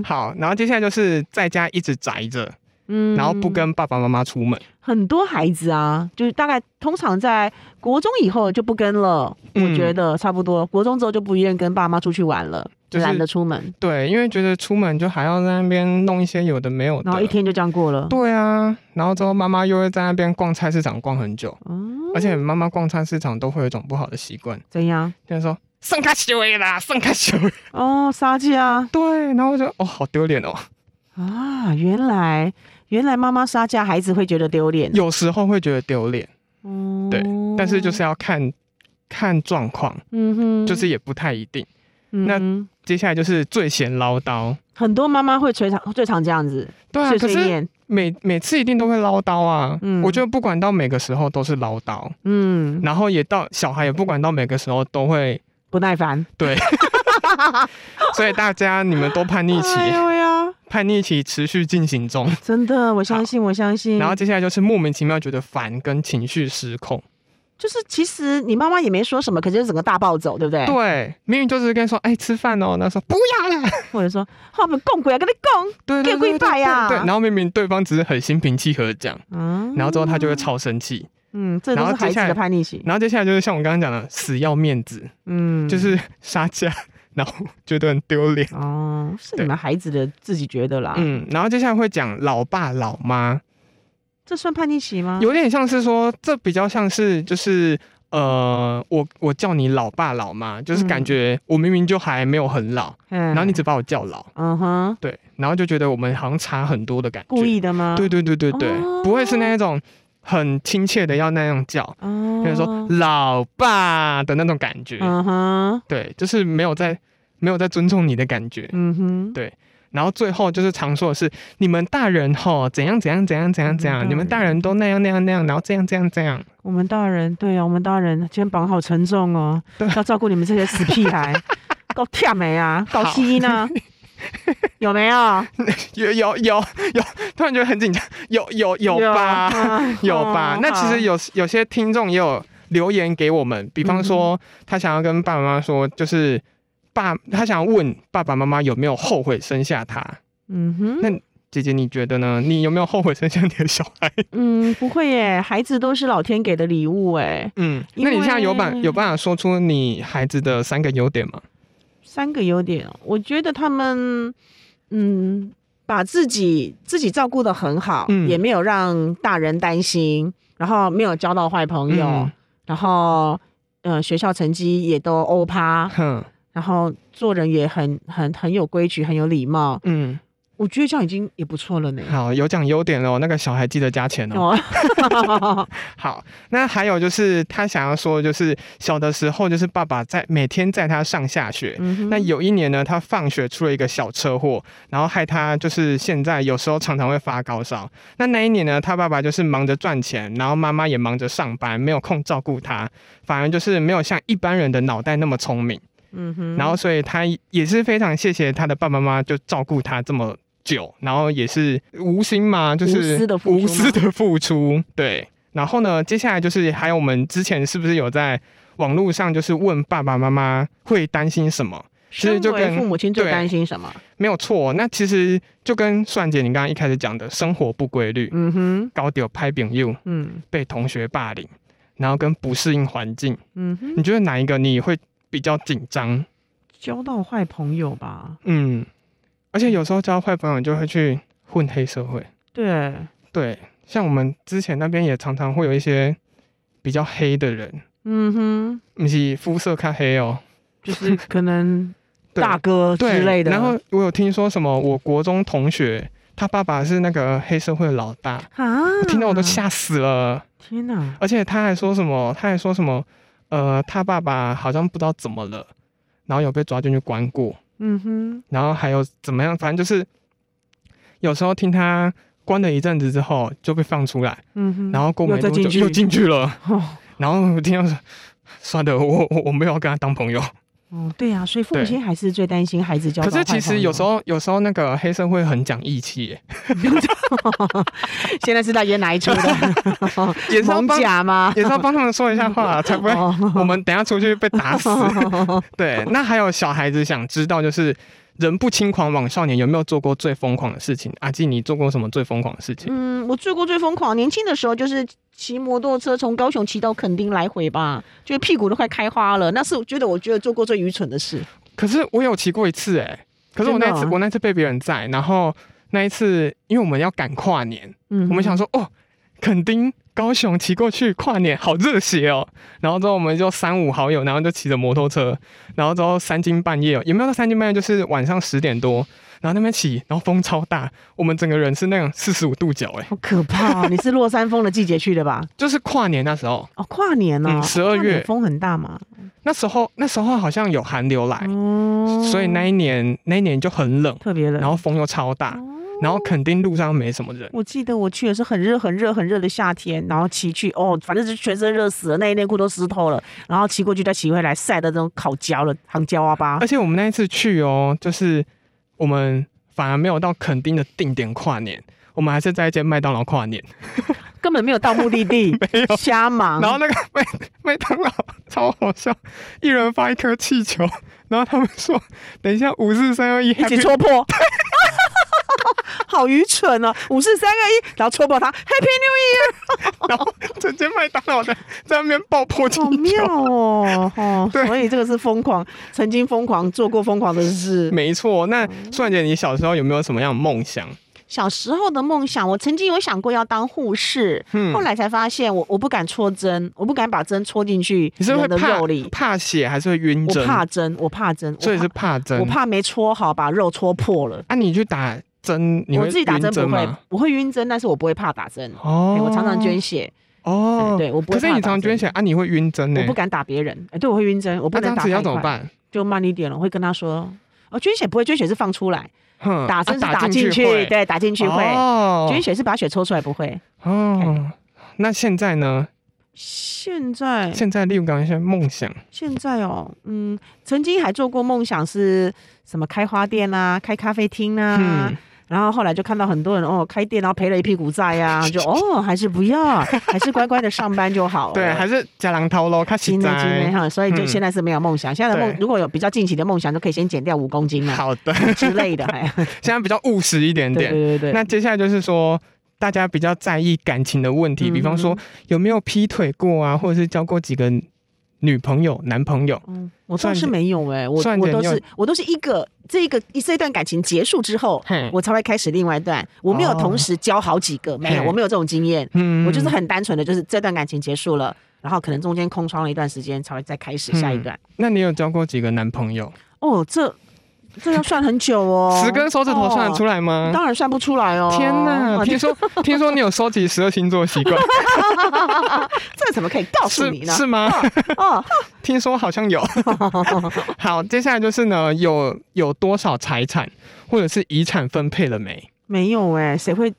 Speaker 2: 好，然后接下来就是在家一直宅着，
Speaker 3: 嗯，
Speaker 2: 然后不跟爸爸妈妈出门。
Speaker 3: 很多孩子啊，就是大概通常在国中以后就不跟了，
Speaker 2: 嗯
Speaker 3: 我觉得差不多。国中之后就不愿意跟爸妈出去玩了，
Speaker 2: 就是
Speaker 3: 懒得出门，
Speaker 2: 对，因为觉得出门就还要在那边弄一些有的没有的。
Speaker 3: 然后一。天就这样过了。
Speaker 2: 对啊，然后之后妈妈又会在那边逛菜市场逛很久，
Speaker 3: 嗯，
Speaker 2: 而且妈妈逛菜市场都会有一种不好的习惯，
Speaker 3: 怎样？
Speaker 2: 就是说上卡修 诶啦，上卡修。
Speaker 3: 哦，杀价
Speaker 2: 对，然后我就哦好丢脸哦，
Speaker 3: 啊！原来原来妈妈杀价，孩子会觉得丢脸。
Speaker 2: 有时候会觉得丢脸，
Speaker 3: 哦
Speaker 2: 对，但是就是要看看状况，
Speaker 3: 嗯哼，
Speaker 2: 就是也不太一定。那
Speaker 3: 那
Speaker 2: 接下来就是最嫌唠叨，
Speaker 3: 很多妈妈会最常最常这样子
Speaker 2: 对啊，
Speaker 3: 碎
Speaker 2: 可
Speaker 3: 碎
Speaker 2: 是
Speaker 3: 念，
Speaker 2: 每每次一定都会唠叨啊。
Speaker 3: 嗯
Speaker 2: 我觉得不管到每个时候都是唠叨，
Speaker 3: 嗯，
Speaker 2: 然后也到小孩也不管到每个时候都会
Speaker 3: 不耐烦。
Speaker 2: 对，所以大家你们都叛逆期，
Speaker 3: 哎呦呀，
Speaker 2: 叛逆期持续进行中。
Speaker 3: 真的，我相信，我相信。
Speaker 2: 然后接下来就是莫名其妙觉得烦跟情绪失控，
Speaker 3: 就是其实你妈妈也没说什么，可是整个大暴走，对不对？
Speaker 2: 对，明明就是跟你说，哎、吃饭哦，那时候不 要啦，
Speaker 3: 或者说，好，我们共鬼啊，跟你共，
Speaker 2: 对对
Speaker 3: 给
Speaker 2: 对
Speaker 3: 跪拜呀
Speaker 2: 对，对然后明明对方只是很心平气和地讲，
Speaker 3: 嗯
Speaker 2: 然后之后他就会超生气，
Speaker 3: 嗯，这都
Speaker 2: 然
Speaker 3: 是
Speaker 2: 后接
Speaker 3: 孩子
Speaker 2: 下来
Speaker 3: 的叛逆期，
Speaker 2: 然后接下来就是像我刚刚讲的，死要面子，
Speaker 3: 嗯，
Speaker 2: 就是杀价，然后觉得很丢脸。
Speaker 3: 哦，是
Speaker 2: 对
Speaker 3: 你们孩子的自己觉得啦，
Speaker 2: 嗯，然后接下来会讲老爸老妈，
Speaker 3: 这算叛逆期吗？
Speaker 2: 有点像是说，这比较像是就是呃，我我叫你老爸老妈，就是感觉我明明就还没有很老，
Speaker 3: 然
Speaker 2: 然后你只把我叫老，
Speaker 3: 嗯哼，
Speaker 2: 对，然后就觉得我们好像差很多的感觉，
Speaker 3: 故意的吗？
Speaker 2: 对对对对对，
Speaker 3: 哦
Speaker 2: 不会是那一种很亲切的要那样叫，
Speaker 3: 哦，
Speaker 2: 比如说老爸的那种感觉，
Speaker 3: 嗯哼，
Speaker 2: 对，就是没有在没有在尊重你的感觉。
Speaker 3: 嗯哼，
Speaker 2: 然后最后就是常说的是你们大人吼怎样怎样怎样怎样怎
Speaker 3: 嗯
Speaker 2: 样，你们大人都那样那样那样，然后这样这样这样。
Speaker 3: 我们大人，对啊，我们大人肩膀好沉重哦，要照顾你们这些死屁 孩，够忝没啊？够
Speaker 2: 好
Speaker 3: 吸 呢？有没有？
Speaker 2: 有有有有，突然觉得很紧张，有有有吧，
Speaker 3: 啊
Speaker 2: 有吧
Speaker 3: 哦。
Speaker 2: 那其实有有些听众也有留言给我们，比方
Speaker 3: 嗯
Speaker 2: 说他想要跟爸爸妈妈说，就是爸，他想要问爸爸妈妈有没有后悔生下他。
Speaker 3: 嗯哼，
Speaker 2: 那姐姐你觉得呢？你有没有后悔生下你的小孩？
Speaker 3: 嗯，不会耶，孩子都是老天给的礼物哎。
Speaker 2: 嗯， 那你现在有办
Speaker 3: 因为
Speaker 2: 有办法说出你孩子的三个优点吗？
Speaker 3: 三个优点，我觉得他们，嗯，把自己自己照顾的很好，
Speaker 2: 嗯
Speaker 3: 也没有让大人担心，然后没有交到坏朋友，
Speaker 2: 嗯
Speaker 3: 然后，呃，学校成绩也都欧趴，
Speaker 2: 哼，
Speaker 3: 然后做人也很很很有规矩，很有礼貌，
Speaker 2: 嗯，
Speaker 3: 我觉得这样已经也不错了呢。
Speaker 2: 好，有讲优点喽。那个小孩记得加钱哦。
Speaker 3: 哦，
Speaker 2: 好，那还有就是他想要说，就是小的时候，就是爸爸在每天载他上下学。
Speaker 3: 嗯哼
Speaker 2: 那有一年呢，他放学出了一个小车祸，然后害他就是现在有时候常常会发高烧。那那一年呢，他爸爸就是忙着赚钱，然后妈妈也忙着上班，没有空照顾他，反而就是没有像一般人的脑袋那么聪明。
Speaker 3: 嗯哼，
Speaker 2: 然后所以他也是非常谢谢他的爸爸妈妈就照顾他这么久，然后也是无心嘛，就
Speaker 3: 无
Speaker 2: 是
Speaker 3: 私地付出嘛
Speaker 2: 无私的付出， 对。然后呢，接下来就是还有我们之前是不是有在网络上就是问爸爸妈妈会担心什么？其实
Speaker 3: 身
Speaker 2: 就
Speaker 3: 为
Speaker 2: 跟
Speaker 3: 父母亲最
Speaker 2: 对
Speaker 3: 担心什么？
Speaker 2: 没有错，那其实就跟算姐你刚刚一开始讲的生活不规律、
Speaker 3: 嗯哼，
Speaker 2: 高调拍饼又
Speaker 3: 嗯
Speaker 2: 被同学霸凌，然后跟不适应环境，
Speaker 3: 嗯哼，
Speaker 2: 你觉得哪一个你会比较紧张？
Speaker 3: 交到坏朋友吧，
Speaker 2: 嗯，而且有时候交坏朋友就会去混黑社会。
Speaker 3: 对。
Speaker 2: 对，像我们之前那边也常常会有一些比较黑的人，
Speaker 3: 嗯哼，
Speaker 2: 不是肤色看黑哦，
Speaker 3: 就是可能
Speaker 2: 对
Speaker 3: 大哥
Speaker 2: 对
Speaker 3: 之类的。
Speaker 2: 然后我有听说什么，我国中同学他爸爸是那个黑社会老大，
Speaker 3: 啊，
Speaker 2: 我听到我都！吓死了。
Speaker 3: 天哪，
Speaker 2: 而且他还说什么，他还说什么，呃，他爸爸好像不知道怎么了，然后有被抓进去关过。
Speaker 3: 嗯哼，
Speaker 2: 然后还有怎么样，反正就是有时候听他关了一阵子之后就被放出来，
Speaker 3: 嗯哼，
Speaker 2: 然后过没
Speaker 3: 又再
Speaker 2: 多久
Speaker 3: 进去
Speaker 2: 又进去了，
Speaker 3: 哦，
Speaker 2: 然后我听到说， 算了，我我我没有要跟他当朋友。
Speaker 3: 哦，对呀、所以父母
Speaker 2: 对
Speaker 3: 亲还是最担心孩子交到
Speaker 2: 可是其
Speaker 3: 坏朋
Speaker 2: 实
Speaker 3: 友
Speaker 2: 有时，候有时候那个黑社会很讲义气 耶，
Speaker 3: 现在知道演哪一出 的
Speaker 2: 也是要
Speaker 3: 蒙
Speaker 2: 帮也
Speaker 3: 甲吗？
Speaker 2: 是要帮他们说一下话， 才不会
Speaker 3: 哦，
Speaker 2: 我们等一下出去被 打死。对，那还有小孩子想知道就是。人不轻狂枉少年，有没有做过最疯狂的事情？阿纪，你做过什么最疯狂的事情？
Speaker 3: 嗯，我做过最疯狂，年轻的时候就是骑摩托车从高雄骑到垦丁来回吧，就是屁股都快开花了，那是我觉得我觉得做过最愚蠢的事。
Speaker 2: 可是我有骑过一次哎、可是我那
Speaker 3: 真
Speaker 2: 次、
Speaker 3: 的哦
Speaker 2: 我那次被别人载，然后那一次因为我们要赶跨年，
Speaker 3: 嗯，
Speaker 2: 我们想，说哦，垦丁、高雄骑过去跨年好热血哦，然后之后我们就三五好友，然后就骑着摩托车，然后之后三更半夜哦，也没有到三更半夜，就是晚上十点多，然后那边骑，然后风超大，我们整个人是那种四十五度角哎、
Speaker 3: 好可怕、哦！你是落山风的季节去的吧？
Speaker 2: 就是跨年那时候，
Speaker 3: 哦，跨年哦，
Speaker 2: 嗯12
Speaker 3: 跨年
Speaker 2: 月
Speaker 3: 风很大嘛，
Speaker 2: 那时候那时候好像有寒流来，
Speaker 3: 哦，
Speaker 2: 所以那一年那一年就很冷，
Speaker 3: 特别冷。
Speaker 2: 然后风又超大，
Speaker 3: 哦
Speaker 2: 然后垦丁路上没什么人。
Speaker 3: 我记得我去的是很热、很热、很热的夏天，然后骑去哦，反正是全身热死了，内衣内裤都湿透了，然后骑过去再骑回来，晒的那种烤焦了，杭椒啊吧
Speaker 2: 而。且我们那一次去哦，就是我们反而没有到垦丁的定点跨年，我们还是在一间麦当劳跨年，
Speaker 3: 根本没有到目的 地，瞎忙。
Speaker 2: 然后那个麦麦当劳超好笑，一人发一颗气球，然后他们说等一下五四三二一，
Speaker 3: 一起戳破。好愚蠢哦！五四三二一，然后戳爆它，Happy New Year！
Speaker 2: 然后整间麦当劳的在那边爆破气
Speaker 3: 好妙
Speaker 2: 球，
Speaker 3: 哦，哦，
Speaker 2: 对
Speaker 3: 所以这个是疯狂，曾经疯狂做过疯狂的事。
Speaker 2: 没错。
Speaker 3: 哦
Speaker 2: 那素然姐，你小时候有没有什么样的梦想？
Speaker 1: 小时候的梦想，我曾经有想过要当护士，后来才发现我我不敢戳针，我不敢把针戳进去
Speaker 2: 你是会
Speaker 1: 人的
Speaker 2: 怕
Speaker 1: 肉里，
Speaker 2: 怕血还是会晕
Speaker 3: 我
Speaker 2: 针？
Speaker 3: 怕针，我怕针，我
Speaker 2: 所以
Speaker 3: 怕
Speaker 2: 是怕针。
Speaker 3: 我怕没戳好把肉戳破了。
Speaker 2: 啊，你去打针，你
Speaker 3: 我
Speaker 2: 会
Speaker 3: 自己打
Speaker 2: 晕
Speaker 3: 针不会
Speaker 2: 吗？，
Speaker 3: 我会晕针，但是我不会怕打针。
Speaker 2: 哦
Speaker 3: 哎，我常常捐血，哎
Speaker 2: 哦，
Speaker 3: 对我不会
Speaker 2: 可是
Speaker 3: 怕
Speaker 2: 你
Speaker 3: 打
Speaker 2: 常
Speaker 3: 针
Speaker 2: 捐血啊，你会晕针呢、啊
Speaker 3: 我不敢打别人。哎，对，我会晕针，我不
Speaker 2: 那这
Speaker 3: 能
Speaker 2: 样
Speaker 3: 打
Speaker 2: 子
Speaker 3: 太
Speaker 2: 要怎么
Speaker 3: 快？
Speaker 2: 办？
Speaker 3: 就慢一点了，我会跟他说。哦，捐血不会，捐血是放出来，
Speaker 2: 哼，
Speaker 3: 打
Speaker 2: 啊
Speaker 3: 针是
Speaker 2: 打
Speaker 3: 进
Speaker 2: 去会，
Speaker 3: 对，打进去会。
Speaker 2: 哦，
Speaker 3: 捐血是哎把血抽出来，不会。
Speaker 2: 哦。那现在呢？
Speaker 3: 现在
Speaker 2: 现在例如刚才梦想，
Speaker 3: 现在哦，嗯，曾经还做过梦想是什么开花店啊，开咖啡厅啊。
Speaker 2: 嗯
Speaker 3: 然后后来就看到很多人哦开店，然后赔了一屁股债啊， 就哦还是不要，还是乖乖的上班就好了。
Speaker 2: 对，还是加狼涛喽，看
Speaker 3: 今
Speaker 2: 现
Speaker 3: 年今年
Speaker 2: 在。
Speaker 3: 哈，所以就
Speaker 2: 嗯
Speaker 3: 现在是没有梦想。现在的梦
Speaker 2: 对
Speaker 3: 如果有比较近期的梦想，就可以先减掉五公斤啊
Speaker 2: 好的，
Speaker 3: 之类的。哎，
Speaker 2: 现在比较务实一点
Speaker 3: 对
Speaker 2: 点。
Speaker 3: 对对对，
Speaker 2: 那接下来就是说，大家比较在意感情的问题，比方
Speaker 3: 嗯
Speaker 2: 说有没有劈腿过啊，或者是交过几个女朋友、男朋友。
Speaker 3: 嗯，我
Speaker 2: 算
Speaker 3: 倒是
Speaker 2: 你
Speaker 3: 没有哎、我
Speaker 2: 算
Speaker 3: 我
Speaker 2: 你
Speaker 3: 都
Speaker 2: 你有
Speaker 3: 是我都是一个这一个这一段感情结束之后
Speaker 2: 嘿，
Speaker 3: 我才会开始另外一段。我没有同时交好几个，没有，
Speaker 2: 嘿
Speaker 3: 我没有这种经验。
Speaker 2: 嗯
Speaker 3: 我就是很单纯的，就是这段感情结束了，然后可能中间空窗了一段时间，才会再开始下一段。
Speaker 2: 那你有交过几个男朋友？，
Speaker 3: 哦，这这要算很久哦
Speaker 2: 十根手指头算得出
Speaker 3: 来、
Speaker 2: 来吗？
Speaker 3: 当然算不出来哦。
Speaker 2: 天哪！
Speaker 3: 哇
Speaker 2: 听说听说你有收集十二星座习 惯，
Speaker 3: 这怎么可以告诉
Speaker 2: 是
Speaker 3: 你呢？
Speaker 2: 是 吗？
Speaker 3: 哦，
Speaker 2: 听说好 像有。好，接下来就是呢，有有多少财产或者是遗产分配了没？
Speaker 3: 没有哎、谁会？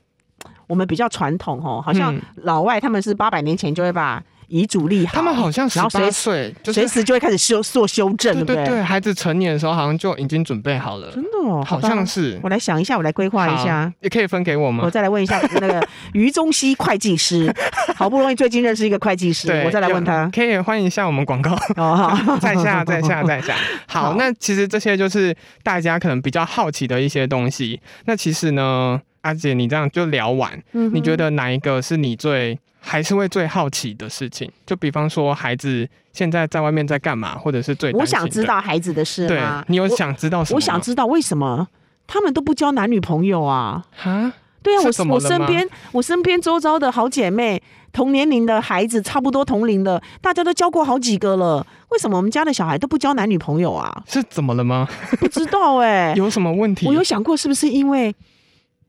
Speaker 3: 我们比较传统哦，好像
Speaker 2: 嗯
Speaker 3: 老外他们是八百年前就会把遗嘱立好，
Speaker 2: 他们好像十
Speaker 3: 然后随
Speaker 2: 八
Speaker 3: 时
Speaker 2: 岁，就
Speaker 3: 随
Speaker 2: 是
Speaker 3: 时就会开始修做修正，
Speaker 2: 对
Speaker 3: 不
Speaker 2: 对对，孩子成年的时候好像就已经准备好了
Speaker 3: 真，的哦，
Speaker 2: 好
Speaker 3: 吧
Speaker 2: 像。是。
Speaker 3: 我来想一下，我来规划一下
Speaker 2: 好，，也可以分给我
Speaker 3: 我
Speaker 2: 吗？
Speaker 3: 再来问一下那个于中熙会计 师，好不容易最近认识一个会计师，
Speaker 2: 对，
Speaker 3: 我再来问
Speaker 2: 有
Speaker 3: 他。
Speaker 2: 可以欢迎一下我们广告。
Speaker 3: 哦，好
Speaker 2: 在下，在下，在 下。好，
Speaker 3: 好
Speaker 2: 那其实这些就是大家可能比较好奇的一些东西。那其实呢，阿姐，你这样就聊完，
Speaker 3: 嗯哼
Speaker 2: 你觉得哪一个是你最还是会最好奇的事情？就比方说，孩子现在在外面在干嘛，或者是最
Speaker 3: 我
Speaker 2: 担心
Speaker 3: 想
Speaker 2: 的
Speaker 3: 知，道孩子的事
Speaker 2: 对
Speaker 3: 吗？
Speaker 2: 你有
Speaker 3: 我
Speaker 2: 想知道什么吗？
Speaker 3: 我想知道为什么他们都不交男女朋友啊？
Speaker 2: 啊，
Speaker 3: 对啊，
Speaker 2: 是
Speaker 3: 我
Speaker 2: 怎么
Speaker 3: 我
Speaker 2: 了
Speaker 3: 身
Speaker 2: 吗
Speaker 3: 边我身边周遭的好姐妹，同年龄的孩子，差不多同龄的，大家都交过好几个了，为什么我们家的小孩都不交男女朋友啊？
Speaker 2: 是怎么 了吗？
Speaker 3: 不知道哎、
Speaker 2: 有什么问题
Speaker 3: 我？有想过是不是因为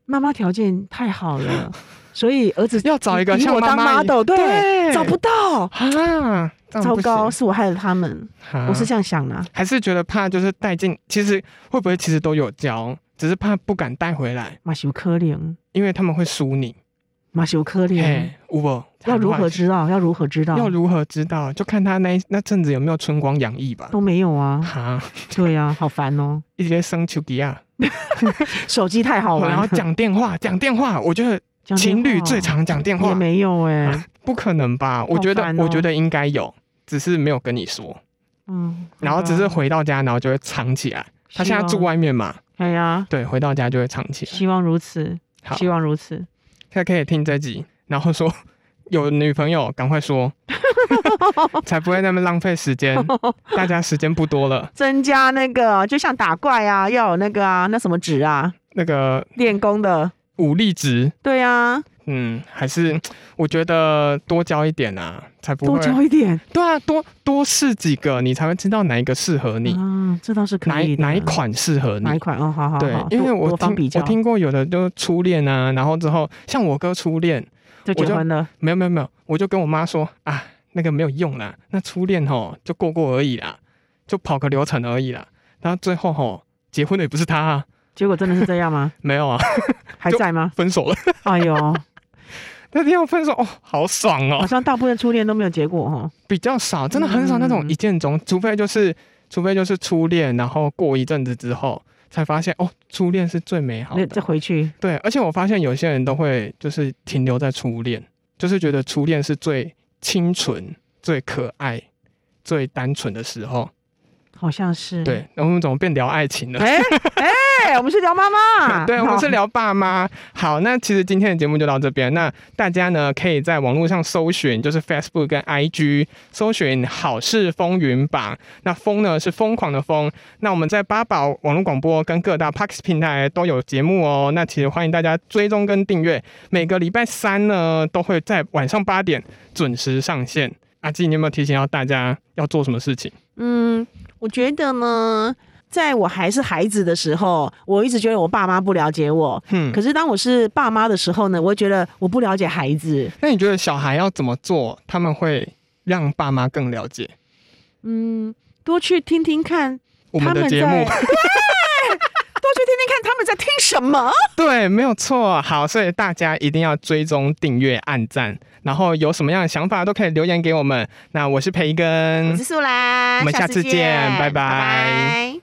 Speaker 3: 妈妈条件太好了，所以儿子
Speaker 2: 要找一个
Speaker 3: 以
Speaker 2: 像
Speaker 3: 我
Speaker 2: 妈
Speaker 3: 当
Speaker 2: 妈一
Speaker 3: model，对，
Speaker 2: 对
Speaker 3: 找不到，
Speaker 2: 啊，这样
Speaker 3: 糟
Speaker 2: 不
Speaker 3: 糕，
Speaker 2: 行，
Speaker 3: 是我害了他们，
Speaker 2: 啊
Speaker 3: 我是这样想的啊。
Speaker 2: 还是觉得怕，就是带进，其实会不会其实都有教，只是怕不敢带回来，
Speaker 3: 马修科林，
Speaker 2: 因为他们会输你。
Speaker 3: 马修科林
Speaker 2: 嘿，，有无？
Speaker 3: 嗯要如何
Speaker 2: 道？
Speaker 3: 知道？要如何知道？
Speaker 2: 要如何知道？就看他那一那阵子有没有春光洋溢吧。
Speaker 3: 都没有啊，
Speaker 2: 哈，
Speaker 3: 对啊，好烦哦，
Speaker 2: 一直在生丘吉亚，
Speaker 3: 手机太好玩了，
Speaker 2: 然后讲电话， 讲电话，我觉得
Speaker 3: 讲电
Speaker 2: 情侣
Speaker 3: 话
Speaker 2: 最常讲电
Speaker 3: 也
Speaker 2: 话，
Speaker 3: 没有哎、
Speaker 2: 不可能吧？我觉得，
Speaker 3: 烦哦
Speaker 2: 我觉得应该有，只是没有跟你说，
Speaker 3: 嗯，
Speaker 2: 然后只是回到家，然后就会藏起来。他现在住外面嘛，
Speaker 3: 哎呀，
Speaker 2: 对，回到家就会藏起来。
Speaker 3: 希望如此，
Speaker 2: 好，
Speaker 3: 希望如此。
Speaker 2: 他可以听这集，然后说有女朋友，赶 快说，才不会那么浪费时间。大家时间不多了，
Speaker 3: 增加那个，就像打怪啊，要有那个啊，那什么纸啊，
Speaker 2: 那个
Speaker 3: 练功的，
Speaker 2: 武力值，
Speaker 3: 对啊，
Speaker 2: 嗯，还是我觉得多交一点啊，才不
Speaker 3: 多
Speaker 2: 会。
Speaker 3: 交一点，
Speaker 2: 对啊，多多试几个，你才会知道哪一个适合你，
Speaker 3: 嗯，这倒是
Speaker 2: 哪
Speaker 3: 可
Speaker 2: 一
Speaker 3: 以的。
Speaker 2: 哪一款适合
Speaker 3: 哪一
Speaker 2: 你。
Speaker 3: 款？哦，好好好，
Speaker 2: 对，因为
Speaker 3: 多
Speaker 2: 我
Speaker 3: 多方
Speaker 2: 听
Speaker 3: 比较，
Speaker 2: 我听过有的就初恋啊，然后之后像我哥初恋，
Speaker 3: 就
Speaker 2: 我
Speaker 3: 结
Speaker 2: 就
Speaker 3: 婚了，
Speaker 2: 没有没有没有，我就跟我妈说啊，那个没有用啦，那初恋吼就过过而已啦，就跑个流程而已啦。然后最后吼结婚的也不是他、啊，？
Speaker 3: 结果真的是这样吗
Speaker 2: 没有啊，
Speaker 3: 还在吗？
Speaker 2: 分手了。
Speaker 3: 哎 呦，
Speaker 2: 哦那天我分手哦，好爽
Speaker 3: 好
Speaker 2: 哦，
Speaker 3: 像大部分初恋都没有结果哦。
Speaker 2: 比较少，真的很少那种一见钟，除非就是除非就是初恋，然后过一阵子之后，才发现哦，初恋是最美好
Speaker 3: 那
Speaker 2: 的。
Speaker 3: 再回去，
Speaker 2: 对，而且我发现有些人都会就是停留在初恋，就是觉得初恋是最清纯、最可爱、最单纯的时候。
Speaker 3: 好像是。
Speaker 2: 对，那我们怎么变聊爱情了？
Speaker 3: 哎哎，我们是聊妈妈，
Speaker 2: 对，我们是
Speaker 3: 好
Speaker 2: 聊爸妈。好，那其实今天的节目就到这边。那大家呢，可以在网络上搜寻，就是 Facebook 跟 IG 搜寻“好事风云榜”。那“风”呢是疯狂的“风”。那我们在八宝网络广播跟各大 p a x 平台都有节目哦。那其实欢迎大家追踪跟订阅。每个礼拜三呢，都会在晚上八点准时上线。阿纪，你有没有提醒到大家要做什么事情？
Speaker 1: 嗯，
Speaker 3: 我觉得呢，在我还是孩子的时候，我一直觉得我爸妈不了解我。
Speaker 2: 嗯
Speaker 3: 可是当我是爸妈的时候呢，我会觉得我不了解孩子。
Speaker 2: 那你觉得小孩要怎么做，他们会让爸妈更了解
Speaker 3: 嗯，多去听听看
Speaker 2: 我
Speaker 3: 他
Speaker 2: 们
Speaker 3: 们在，
Speaker 2: 的节
Speaker 3: 对多去听
Speaker 2: 目？
Speaker 3: 听看他们在听什么。
Speaker 2: 对，没有错。好，所以大家一定要追踪、订阅、按赞，然后有什么样的想法都可以留嗯言给我们。那我是培
Speaker 1: 我
Speaker 2: 根
Speaker 1: 是，素兰，
Speaker 2: 我们下次见拜拜
Speaker 1: 拜拜